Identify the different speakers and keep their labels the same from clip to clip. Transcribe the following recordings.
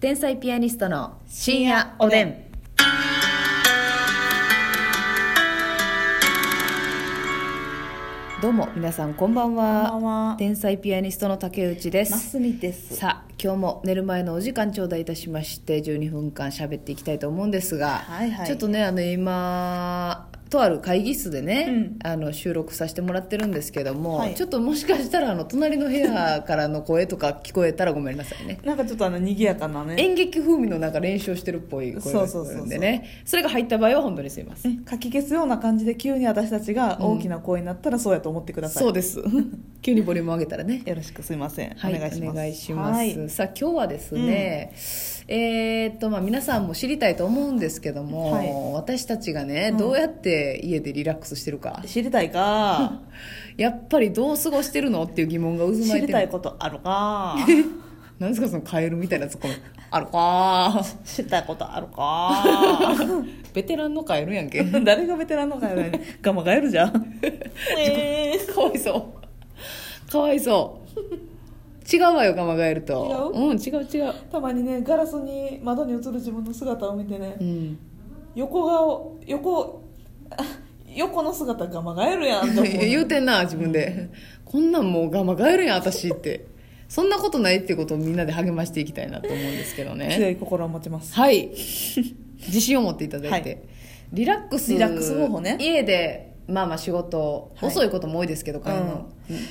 Speaker 1: 天才ピアニストの深夜おでん。どうも皆さんこんばんは。
Speaker 2: こんばんは
Speaker 1: 天才ピアニストの竹内で。
Speaker 2: ますすみです。
Speaker 1: さあ今日も寝る前のお時間頂戴いたしまして12分間喋っていきたいと思うんですが、
Speaker 2: はいはい
Speaker 1: ちょっとねあの今とある会議室でね、
Speaker 2: うん
Speaker 1: あの収録させてもらってるんですけども、
Speaker 2: はい
Speaker 1: ちょっともしかしたらあの隣の部屋からの声とか聞こえたらごめんなさいね
Speaker 2: なんかちょっとあの賑やかなね。
Speaker 1: 演劇風味のなんか練習をしてるっぽい声がするんでねそれが入った場合は本当にすいません
Speaker 2: かき消すような感じで急に私たちが大きな声になったらそうやと思ってください。
Speaker 1: そうです 急にボリューム上げたらね
Speaker 2: よろしくすいません。
Speaker 1: はい、
Speaker 2: お願いします。
Speaker 1: お願いします
Speaker 2: はい
Speaker 1: さあ今日はですね、えーっとまあ、皆さんも知りたいと思うんですけども、
Speaker 2: はい
Speaker 1: 私たちがね、
Speaker 2: うん
Speaker 1: どうやって家でリラックスしてるか
Speaker 2: 知りたいか。
Speaker 1: やっぱりどう過ごしてるのっていう疑 問が渦巻いて
Speaker 2: 知
Speaker 1: る
Speaker 2: りたいことあ るか。
Speaker 1: 何ですかそのカエルみたいなツッコミあるか
Speaker 2: 知りたいことある か。
Speaker 1: ベテランのカエルやんけ
Speaker 2: 誰がベテランのかよね。ガマガエルじゃん。え ー
Speaker 1: かわいそうかわいそう違うわよガマガエルと
Speaker 2: 違
Speaker 1: う、ん、違う違う
Speaker 2: たまにねガラスに窓に映る自分の姿を見てね、
Speaker 1: うん
Speaker 2: 横顔横あ横の姿ガマガエルやん と思う
Speaker 1: 言うてんな 自分で、こんなんもう我慢がえるやん私ってそんなことないってことをみんなで励ましていきたいなと思うんですけど
Speaker 2: 強
Speaker 1: ね
Speaker 2: い心を持ちます
Speaker 1: はい自信を持っていただいて、
Speaker 2: はい
Speaker 1: リラックス
Speaker 2: リラックス方法ね
Speaker 1: 家でまあまあ仕事、
Speaker 2: はい
Speaker 1: 遅いことも多いですけど、買い物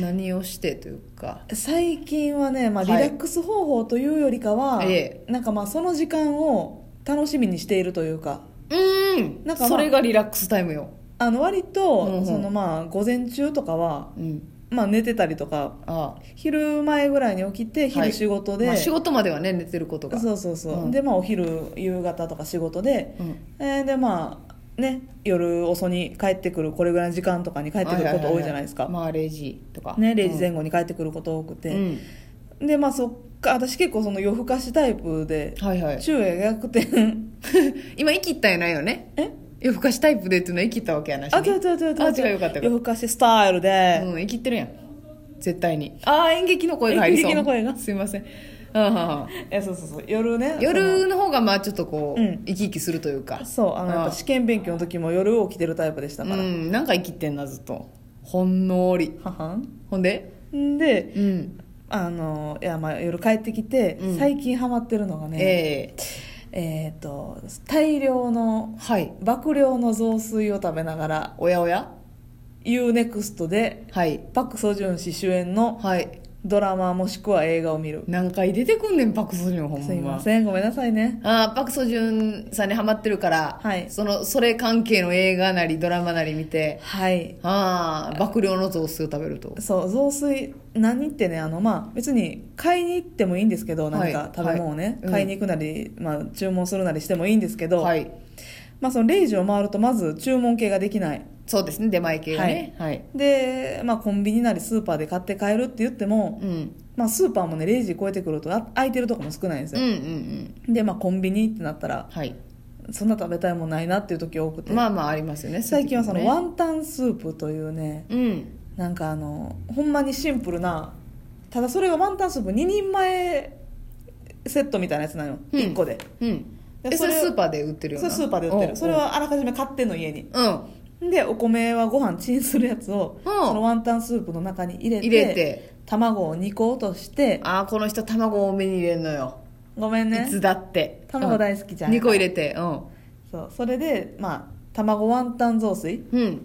Speaker 1: 何をしてというか
Speaker 2: 最近はね、まあ、リ
Speaker 1: はい
Speaker 2: ラックス方法というよりかは、
Speaker 1: え
Speaker 2: なんかまあその時間を楽しみにしているというか
Speaker 1: うーん
Speaker 2: なんかまあ
Speaker 1: それがリラックスタイムよ、
Speaker 2: あの割と、
Speaker 1: うんうん
Speaker 2: そのまあ午前中とかは、
Speaker 1: うん、
Speaker 2: まあ、寝てたりとか
Speaker 1: ああ
Speaker 2: 昼前ぐらいに起きて
Speaker 1: は
Speaker 2: 昼
Speaker 1: い
Speaker 2: 仕事で、
Speaker 1: まあ仕事まではね寝てることが
Speaker 2: そうそうそう、
Speaker 1: うん
Speaker 2: でまあお昼夕方とか仕事で、
Speaker 1: うん
Speaker 2: えーでまあね夜遅に帰ってくるこれぐらいの時間とかに帰ってくること多いじゃないですか、
Speaker 1: はははまあ0時とか
Speaker 2: ね、0時前後に帰ってくること多く
Speaker 1: う
Speaker 2: て、
Speaker 1: ん
Speaker 2: でまあそっか私結構その夜更かしタイプで
Speaker 1: うんはい はい
Speaker 2: 昼夜逆転
Speaker 1: 今生きったんやないよね
Speaker 2: え
Speaker 1: 夜更かしタイプでっていうのは生きったわけやなし
Speaker 2: あ
Speaker 1: ね、
Speaker 2: 違う違う違う
Speaker 1: あ違うよかったよかった
Speaker 2: 夜更かしスタイルで、
Speaker 1: うん生きってるやん絶対にああ演劇の声が入りそう
Speaker 2: 演劇の声が
Speaker 1: すいませんうんうんうん
Speaker 2: えそうそうそう夜ね
Speaker 1: 夜の方がまあちょっとこう、
Speaker 2: うん
Speaker 1: 生き生きするというか
Speaker 2: そのそうあのやっ
Speaker 1: あ
Speaker 2: ぱ試験勉強の時も夜起きてるタイプでした
Speaker 1: う
Speaker 2: から、
Speaker 1: んなんか生きってんなずっとほんのり
Speaker 2: ははん
Speaker 1: ほんで
Speaker 2: んで
Speaker 1: うん
Speaker 2: あのいやまあ夜帰ってきて、
Speaker 1: うん
Speaker 2: 最近ハマってるのがね
Speaker 1: ええ
Speaker 2: えっ、と大量の
Speaker 1: はい
Speaker 2: 爆量の雑炊を食べながら
Speaker 1: おやおや
Speaker 2: UNEXT で
Speaker 1: はい
Speaker 2: パク・ソジュン氏主演の
Speaker 1: はい
Speaker 2: ドラマもしくは映画を見る
Speaker 1: 何回出てくんねんパク・ソジュンほんます
Speaker 2: いませんごめんなさいね
Speaker 1: あーパク・ソジュンさんにハマってるから、
Speaker 2: はい
Speaker 1: そのそれ関係の映画なりドラマなり見て
Speaker 2: はい
Speaker 1: ああ爆量の雑炊を食べると
Speaker 2: そう雑炊何ってねあのまあ別に買いに行ってもいいんですけどなん
Speaker 1: はい
Speaker 2: か食べ物をね、
Speaker 1: はい
Speaker 2: 買いに行くなり、まあ、注文するなりしてもいいんですけど、
Speaker 1: はい
Speaker 2: まあ、その0時を回るとまず注文系ができない
Speaker 1: そうですね出前系がねはい、
Speaker 2: で、まあ、コンビニなりスーパーで買って帰るって言っても、
Speaker 1: うん、
Speaker 2: まあ、スーパーもね0時超えてくるとあ空いてるとこも少ないんです
Speaker 1: うんうんう
Speaker 2: よ、
Speaker 1: ん
Speaker 2: で、まあ、コンビニってなったら
Speaker 1: はい
Speaker 2: そんな食べたいもんないなっていう時多くて、
Speaker 1: まあまあありますよね
Speaker 2: 最近はそのワ
Speaker 1: ン
Speaker 2: ンタンスープというね
Speaker 1: うん
Speaker 2: なんかあのほんまにシンプルなただそれがワンタンスープ2人前セットみたいなやつなの、
Speaker 1: うん
Speaker 2: 1個で
Speaker 1: うん
Speaker 2: で
Speaker 1: えそれ
Speaker 2: そ
Speaker 1: ス
Speaker 2: れ
Speaker 1: ーパーで売ってるよ
Speaker 2: そ
Speaker 1: な
Speaker 2: れスーパーで売って
Speaker 1: おう
Speaker 2: るそれはあらかじめ買ってんの家に
Speaker 1: おう
Speaker 2: でお米はご飯チンするやつを
Speaker 1: うん
Speaker 2: そのワンタンスープの中に入れ
Speaker 1: うん
Speaker 2: て
Speaker 1: 入れて
Speaker 2: 卵を2個落として
Speaker 1: ああこの人卵多めに入れんのよ、
Speaker 2: ごめん
Speaker 1: い
Speaker 2: ね
Speaker 1: つだって
Speaker 2: 卵大好きじゃん
Speaker 1: 2個入れてうん
Speaker 2: そうそれでまあ卵ワンタン雑炊
Speaker 1: うん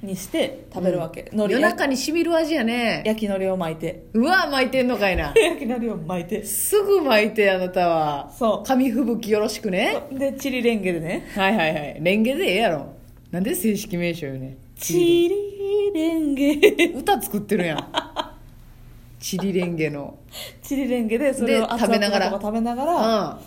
Speaker 2: にして食べるわけ、海苔
Speaker 1: 夜中にしみる味やね
Speaker 2: 焼き海苔を巻いて
Speaker 1: うわ巻いてんのかいな
Speaker 2: 焼き海苔を巻いて
Speaker 1: すぐ巻いてあなたは
Speaker 2: そう
Speaker 1: 紙吹雪よろしくね
Speaker 2: でチリレンゲでね
Speaker 1: はいはいはいレンゲでええやろなんで正式名称よね
Speaker 2: チリレ ンゲ
Speaker 1: 歌作ってるや んチリレンゲの
Speaker 2: チリレンゲでそれを
Speaker 1: で
Speaker 2: 熱
Speaker 1: 食べ
Speaker 2: 々
Speaker 1: ながら
Speaker 2: のとこ食べなが
Speaker 1: う
Speaker 2: ら
Speaker 1: ん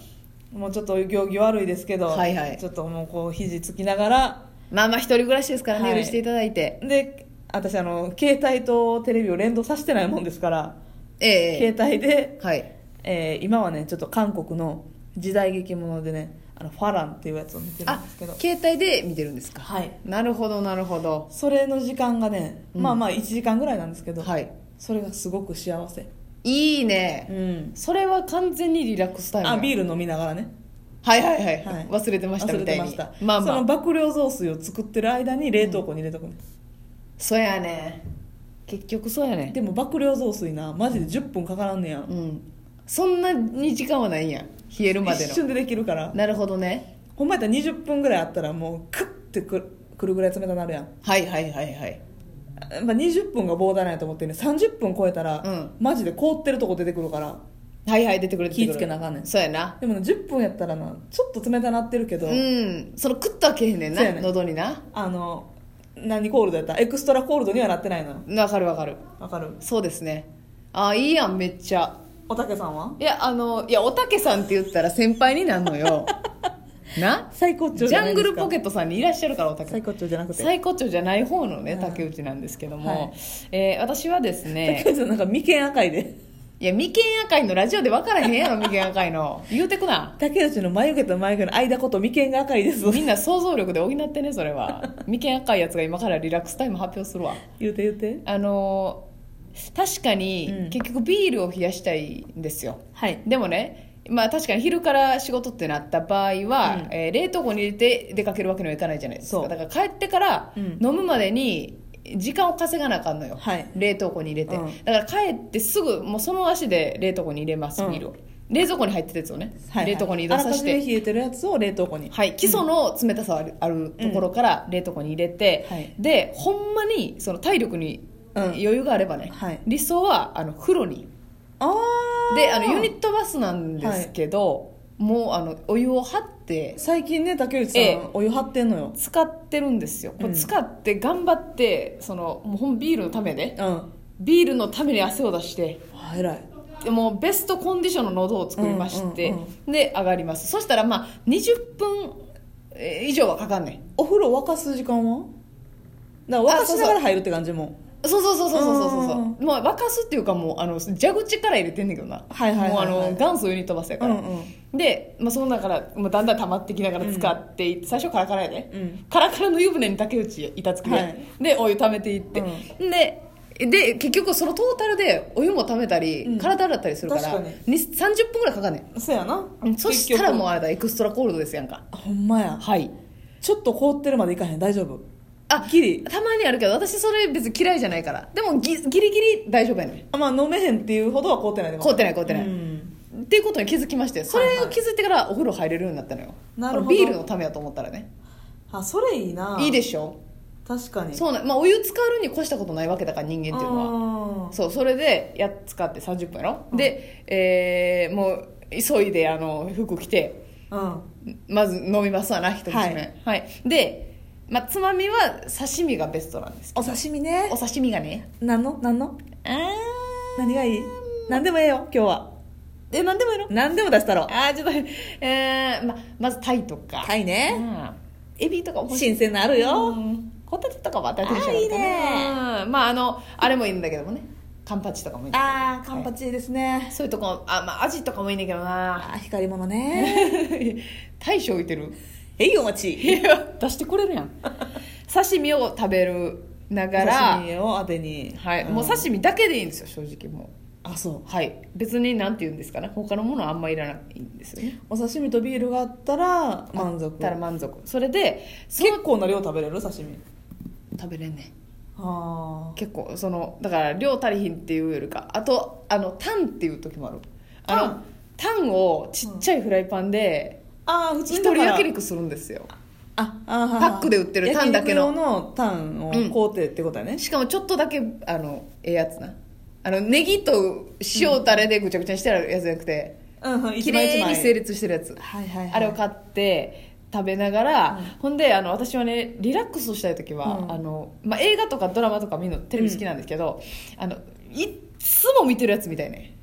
Speaker 2: もうちょっと行儀悪いですけど、
Speaker 1: はいはい
Speaker 2: ちょっともうこう肘つきながら
Speaker 1: まあまあ一人暮らしですからね、
Speaker 2: はい
Speaker 1: 許していただいて
Speaker 2: で私あの携帯とテレビを連動させてないもんですから、
Speaker 1: ええ
Speaker 2: 携帯で、
Speaker 1: はい
Speaker 2: えー今はねちょっと韓国の時代劇ものでねあのファランっていうやつを見てるん
Speaker 1: あ
Speaker 2: ですけど
Speaker 1: 携帯で見てるんですか
Speaker 2: はい
Speaker 1: なるほどなるほど
Speaker 2: それの時間がね、
Speaker 1: うん
Speaker 2: まあまあ1時間ぐらいなんですけど、
Speaker 1: はい
Speaker 2: それがすごく幸せ
Speaker 1: いいね
Speaker 2: うん
Speaker 1: それは完全にリラックスタイムや
Speaker 2: あビール飲みながらね
Speaker 1: はいはいはい、
Speaker 2: はい
Speaker 1: 忘れてました
Speaker 2: 忘れ
Speaker 1: みた
Speaker 2: て
Speaker 1: いに
Speaker 2: ました
Speaker 1: まあ
Speaker 2: そ
Speaker 1: ま
Speaker 2: の
Speaker 1: あ
Speaker 2: 爆量雑炊を作ってる間に冷凍庫に入れとくね、
Speaker 1: そやね結局そうやね
Speaker 2: でも爆量雑炊なマジで10分かからんねやん
Speaker 1: うんそんなに時間はないんや冷えるまで
Speaker 2: 一
Speaker 1: の
Speaker 2: 瞬でできるから
Speaker 1: なるほどね
Speaker 2: ほんまやったら20分ぐらいあったらもうクッてくるくるぐらい冷たなるやん
Speaker 1: はいはいはいはい
Speaker 2: やっぱ20分がボーダーなんやと思ってんねん30分超えたら、
Speaker 1: うん
Speaker 2: マジで凍ってるとこ出てくるから
Speaker 1: はいはい出てくる出て
Speaker 2: 気
Speaker 1: く
Speaker 2: ぃ
Speaker 1: る
Speaker 2: つけなあかんねん
Speaker 1: そうやな
Speaker 2: でもね10分やったらなちょっと冷たなってるけど、
Speaker 1: うんその食ったけへんねんな
Speaker 2: そうやね
Speaker 1: 喉にな
Speaker 2: あの何コールドやったエクストラコールドにはなってないのよ
Speaker 1: わかるわかる
Speaker 2: わかる
Speaker 1: そうですねああいいやんめっちゃ
Speaker 2: おたけさんはい
Speaker 1: やあのいやおたけさんって言ったら先輩になんの よな
Speaker 2: 最高
Speaker 1: ジャングルポケ
Speaker 2: ッ
Speaker 1: ットさんにいらっしゃるからおたけさん
Speaker 2: 最高潮じゃなくて
Speaker 1: 最高潮じゃない方のね
Speaker 2: はい
Speaker 1: 竹内なんですけども、
Speaker 2: はい
Speaker 1: えー私はです ね
Speaker 2: 竹内さんなんか眉間赤いで
Speaker 1: いや眉間赤いのラジオで分からへんやろ眉間赤いの言うてくな
Speaker 2: 竹内の眉毛と眉毛の間こと眉間が赤い です
Speaker 1: みんな想像力で補ってねそれ は眉間赤いやつが今からリラックスタイム発表するわ
Speaker 2: 言うて言うて
Speaker 1: あのー確かに、
Speaker 2: うん
Speaker 1: 結局ビールを冷やしたいんですよ
Speaker 2: はい
Speaker 1: でもねまあ確かに昼から仕事ってなった場合は、
Speaker 2: うん
Speaker 1: えー冷凍庫に入れて出かけるわけにはいかないじゃないです
Speaker 2: そ
Speaker 1: か
Speaker 2: う
Speaker 1: だから帰ってから
Speaker 2: うん
Speaker 1: 飲むまでに時間を稼がなあかんのよ、
Speaker 2: はい
Speaker 1: 冷凍庫に入れて、
Speaker 2: うん
Speaker 1: だから帰ってすぐもうその足で冷凍庫に入れます、
Speaker 2: うん
Speaker 1: ビールを冷蔵庫に入ってたやつをね、
Speaker 2: はい
Speaker 1: 冷凍庫に移動させ
Speaker 2: あら
Speaker 1: て
Speaker 2: かじめ冷えてるやつを冷凍庫に
Speaker 1: はい、基礎の冷たさはある,、ところから冷凍庫に入れて、
Speaker 2: はい
Speaker 1: でほんまにその体力に
Speaker 2: うん
Speaker 1: 余裕があればね、
Speaker 2: はい
Speaker 1: 理想はあの風呂に
Speaker 2: ああ
Speaker 1: であのユニットバスなんですけど、もうあのお湯を張って
Speaker 2: 最近ね竹内さん、
Speaker 1: ええ
Speaker 2: お湯張ってんのよ
Speaker 1: 使ってるんですよこ
Speaker 2: うん
Speaker 1: れ使って頑張ってそのもうほんビールのためで
Speaker 2: うん
Speaker 1: ビールのために汗を出して
Speaker 2: あ偉い
Speaker 1: でもうベストコンディションの喉を作りまして、
Speaker 2: うんうん
Speaker 1: で上がりますそしたらまあ20分えー以上はかかんねん
Speaker 2: お風呂沸かす時間はだから沸かしながら入るって感じも
Speaker 1: そうそうそうそうそうそうそううんまあ沸かすっていうかもうあの蛇口から入れてんねんけどな
Speaker 2: はいはいはいはい
Speaker 1: もうあの元祖ユニットバスや
Speaker 2: う
Speaker 1: から、
Speaker 2: んうん
Speaker 1: で、まあ、その中から、まあ、だんだん溜まってきながら使っていって、最初カラカラやで、
Speaker 2: うん
Speaker 1: カラカラの湯船に竹内いたつくで、
Speaker 2: はい
Speaker 1: でお湯溜めていって、
Speaker 2: う
Speaker 1: でで結局そのトータルでお湯も溜めたり、
Speaker 2: うん
Speaker 1: 体洗ったりするから
Speaker 2: 確かに
Speaker 1: に30分ぐらいかかんね
Speaker 2: そうやなん
Speaker 1: そしたらもう
Speaker 2: う
Speaker 1: あれだエクストラコールドですやんか
Speaker 2: ほんまや
Speaker 1: はい
Speaker 2: ちょっと凍ってるまでいかへん大丈夫
Speaker 1: あ
Speaker 2: ギリ
Speaker 1: たまにあるけど私それ別に嫌いじゃないからでもギギリギリ大丈夫やねん
Speaker 2: あまあ飲めへんっていうほどは凍ってないでも
Speaker 1: 凍ってない凍ってない、
Speaker 2: うん
Speaker 1: っていうことに気づきましてそれを気づいてからお風呂入れるようになったのよ
Speaker 2: なるほど
Speaker 1: あのビールのためやと思ったらね
Speaker 2: あそれいいない
Speaker 1: いいで
Speaker 2: し
Speaker 1: しょ
Speaker 2: 確かに
Speaker 1: そうなまあお湯使うに越したことないわけだから人間っていうのは
Speaker 2: の
Speaker 1: そうそれでやっ使って30分やろ、
Speaker 2: うん
Speaker 1: で、えーもう急いであの服着て
Speaker 2: は
Speaker 1: まず飲みますわな一口目
Speaker 2: は
Speaker 1: はいい、で、まあ、つまみは刺身がベストなんです
Speaker 2: お刺身ね
Speaker 1: お刺身がね
Speaker 2: 何の何の
Speaker 1: あ
Speaker 2: 何がいい何でもええよ今日はえ何でもええの何でも出したろ
Speaker 1: ーあーちょっと、えーままずタイとか
Speaker 2: タイね
Speaker 1: うんエビとか欲しい
Speaker 2: 新鮮なある
Speaker 1: う
Speaker 2: よ
Speaker 1: んホタテとかも当たってる
Speaker 2: あーいいね
Speaker 1: ねまああのあれもいいんだけどもねカンパチとかもいいんだけど
Speaker 2: ああカンパチいいですね
Speaker 1: そういうとこあまあアジとかもいいねんだけどな
Speaker 2: あー光り物ね
Speaker 1: 大将浮いてる
Speaker 2: へいお待ち
Speaker 1: いや出してくれるやん刺身を食べるながら
Speaker 2: 刺身を当てに
Speaker 1: はい、もう
Speaker 2: 身
Speaker 1: 刺身だけでいいんですよ正直も
Speaker 2: あそう
Speaker 1: うはい別になんて言うんですかね他のものはあんまいらないんですよね
Speaker 2: お刺身とビールがあったら満足
Speaker 1: たら満足それでその
Speaker 2: 結構な量食べれる刺身
Speaker 1: 食べれんねん
Speaker 2: あ
Speaker 1: 結構そのだから量足りひんっていうよりかあとあのタンっていう時もあるあのタンをちっちゃいフライパンで
Speaker 2: あー普
Speaker 1: 一
Speaker 2: 通に
Speaker 1: 人
Speaker 2: だから
Speaker 1: 焼肉するんですよ
Speaker 2: ああー
Speaker 1: パックで売ってるタンだけの
Speaker 2: 焼肉用のタンを買うてってことやね、
Speaker 1: しかもちょっとだけあのええやつなあのネギと塩タレでぐちゃぐちゃにしてあるやつじゃなくて
Speaker 2: うんうん、
Speaker 1: 綺
Speaker 2: 一枚一
Speaker 1: 麗
Speaker 2: 枚
Speaker 1: に成立してるやつ
Speaker 2: はいはい、はい、
Speaker 1: あれを買って食べながら、
Speaker 2: うん
Speaker 1: ほんであの私はねリラックスをしたい時は、
Speaker 2: うん
Speaker 1: あのまあ、映画とかドラマとか見るのテレビ好きなんですけど、あのいっつも見てるやつみたいね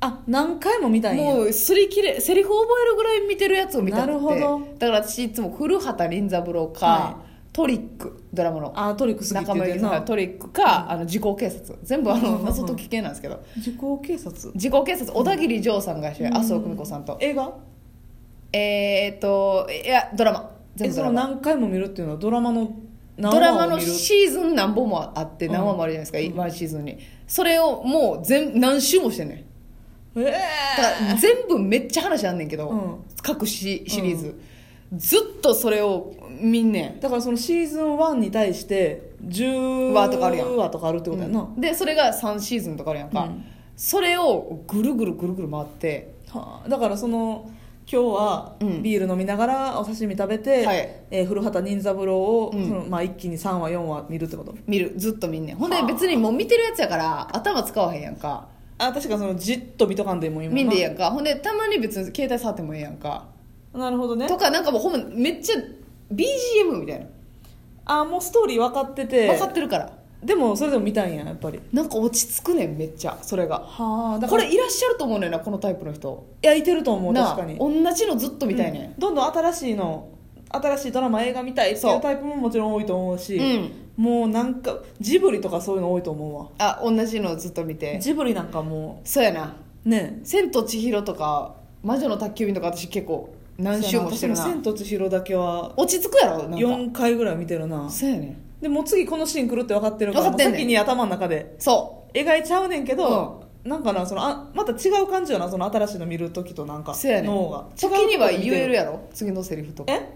Speaker 2: あ何回も見たんや
Speaker 1: もうすり切れセリフを覚えるぐらい見てるやつを見たくて
Speaker 2: なるほど
Speaker 1: だから私いつも古畑任三郎か、
Speaker 2: は
Speaker 1: トリックドラマの
Speaker 2: あートリック好きって
Speaker 1: 中
Speaker 2: 言っ
Speaker 1: 村
Speaker 2: て
Speaker 1: ゆき
Speaker 2: る
Speaker 1: さんが
Speaker 2: な
Speaker 1: トリックか、あの時効警察全部あ
Speaker 2: うんうん
Speaker 1: の
Speaker 2: うん
Speaker 1: 謎解き系なんですけど
Speaker 2: 時効警察
Speaker 1: 時効警察小田切丈さんが主演、
Speaker 2: うん
Speaker 1: 麻生久美子さんと
Speaker 2: 映画
Speaker 1: えー、っといやドラマ全
Speaker 2: え
Speaker 1: 部ド
Speaker 2: そ
Speaker 1: ラ
Speaker 2: の
Speaker 1: マ
Speaker 2: 何回も見るっていうのはドラマの何
Speaker 1: ドラマ
Speaker 2: 話を
Speaker 1: の
Speaker 2: 見る
Speaker 1: シーズン何本もあって
Speaker 2: うん
Speaker 1: 何話もあるじゃないですか、
Speaker 2: うん
Speaker 1: 今シーズンにそれをもう全何周もしてんねん
Speaker 2: え
Speaker 1: だから
Speaker 2: え
Speaker 1: 全部めっちゃ話あんねんけど、
Speaker 2: うん
Speaker 1: 各シシリーズ、ずっとそれを見んねん
Speaker 2: だからそのシーズン1に対して10
Speaker 1: 話とかあるやん
Speaker 2: 話とかあるってことやな、
Speaker 1: でそれが3シーズンとかあるやんか、
Speaker 2: うん
Speaker 1: それをぐるぐるぐるぐる回って
Speaker 2: はあだからその今日は
Speaker 1: うん
Speaker 2: ビール飲みながらお刺身食べて、
Speaker 1: はい
Speaker 2: えー古畑任三郎を、
Speaker 1: うん
Speaker 2: そのまあ、一気に3話4話見るってこと
Speaker 1: 見るずっと見んねんほんで
Speaker 2: はあ
Speaker 1: 別にもう見てるやつやから頭使わへんやんか
Speaker 2: あ確かそのじっと見とかんでも今
Speaker 1: 見んでええやんかほんでたまに別に携帯触ってもええやんか
Speaker 2: なるほどね
Speaker 1: とかなんかもうほんまめっちゃ BGM みたいな
Speaker 2: あもうストーリー分かってて
Speaker 1: 分かってるから
Speaker 2: でもそれでも見たんややっぱり
Speaker 1: なんか落ち着くねんめっちゃそれが
Speaker 2: はあだか
Speaker 1: こ
Speaker 2: ら
Speaker 1: れいらっしゃると思うねんなこのタイプの人
Speaker 2: 焼いてると思う
Speaker 1: な
Speaker 2: 確かに
Speaker 1: 同じのずっと見たいねん、
Speaker 2: うんどんどん新しいの新しいドラマ映画見たいってい
Speaker 1: そう
Speaker 2: うタイプももちろん多いと思うし、
Speaker 1: うん
Speaker 2: もうなんかジブリとかそういうの多いと思うわ
Speaker 1: あ同じのずっと見て
Speaker 2: ジブリなんかも
Speaker 1: そうやな
Speaker 2: うね
Speaker 1: 「千と千尋」とか「魔女の宅急便」とか私結構何周もしてるな
Speaker 2: そうや私も千と千尋だけは
Speaker 1: 落ち着くやろなん
Speaker 2: 4回ぐらい見てるな
Speaker 1: かそうやねん
Speaker 2: でもう次このシーン来るって分かってるから
Speaker 1: 分かってんねん
Speaker 2: もう先に頭の中で
Speaker 1: そ
Speaker 2: 描いちゃうねんけど、なんかなそのあまた違う感じよなその新しいの見る時となんか
Speaker 1: うそうやね
Speaker 2: 脳が
Speaker 1: ん時には言える
Speaker 2: や
Speaker 1: やろ次のセリフとか
Speaker 2: え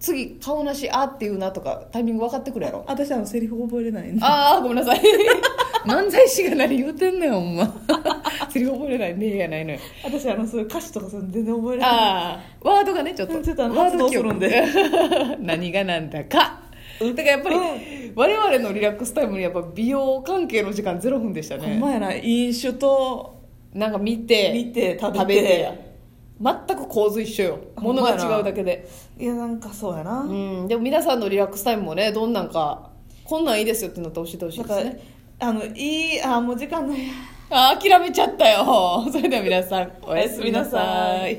Speaker 1: 次顔なし「あ」って言うなとかタイミング分かってくるや ろ
Speaker 2: 私あのセリフ覚えれないね
Speaker 1: ああごめんなさい 漫才師が何言うてんねんほんま セリフ覚えれないねえやないのよ
Speaker 2: 私あのそういう歌詞とかそういうの全然覚えれない
Speaker 1: ああワードがねちょっと
Speaker 2: うんちょっとあの
Speaker 1: ワード記憶
Speaker 2: 発動す
Speaker 1: 何がなんだかだからやっぱり、我々のリラックスタイムにやっぱ美容関係の時間0分でした
Speaker 2: ほん
Speaker 1: ね
Speaker 2: まやな飲酒と
Speaker 1: なんか見て
Speaker 2: 見て食べて
Speaker 1: 食べて全く構図一緒よ
Speaker 2: ほん
Speaker 1: 物
Speaker 2: ま
Speaker 1: が
Speaker 2: やな
Speaker 1: 違うだけで
Speaker 2: いやなんかそうやな、
Speaker 1: うんでも皆さんのリラックスタイムもねどんなんかこんなんいいですよってなって教えてほしい
Speaker 2: だ
Speaker 1: で
Speaker 2: か
Speaker 1: す
Speaker 2: ら
Speaker 1: ね
Speaker 2: あのいいあもう時間ないや
Speaker 1: あー諦めちゃったよそれでは皆さんおやすみなさい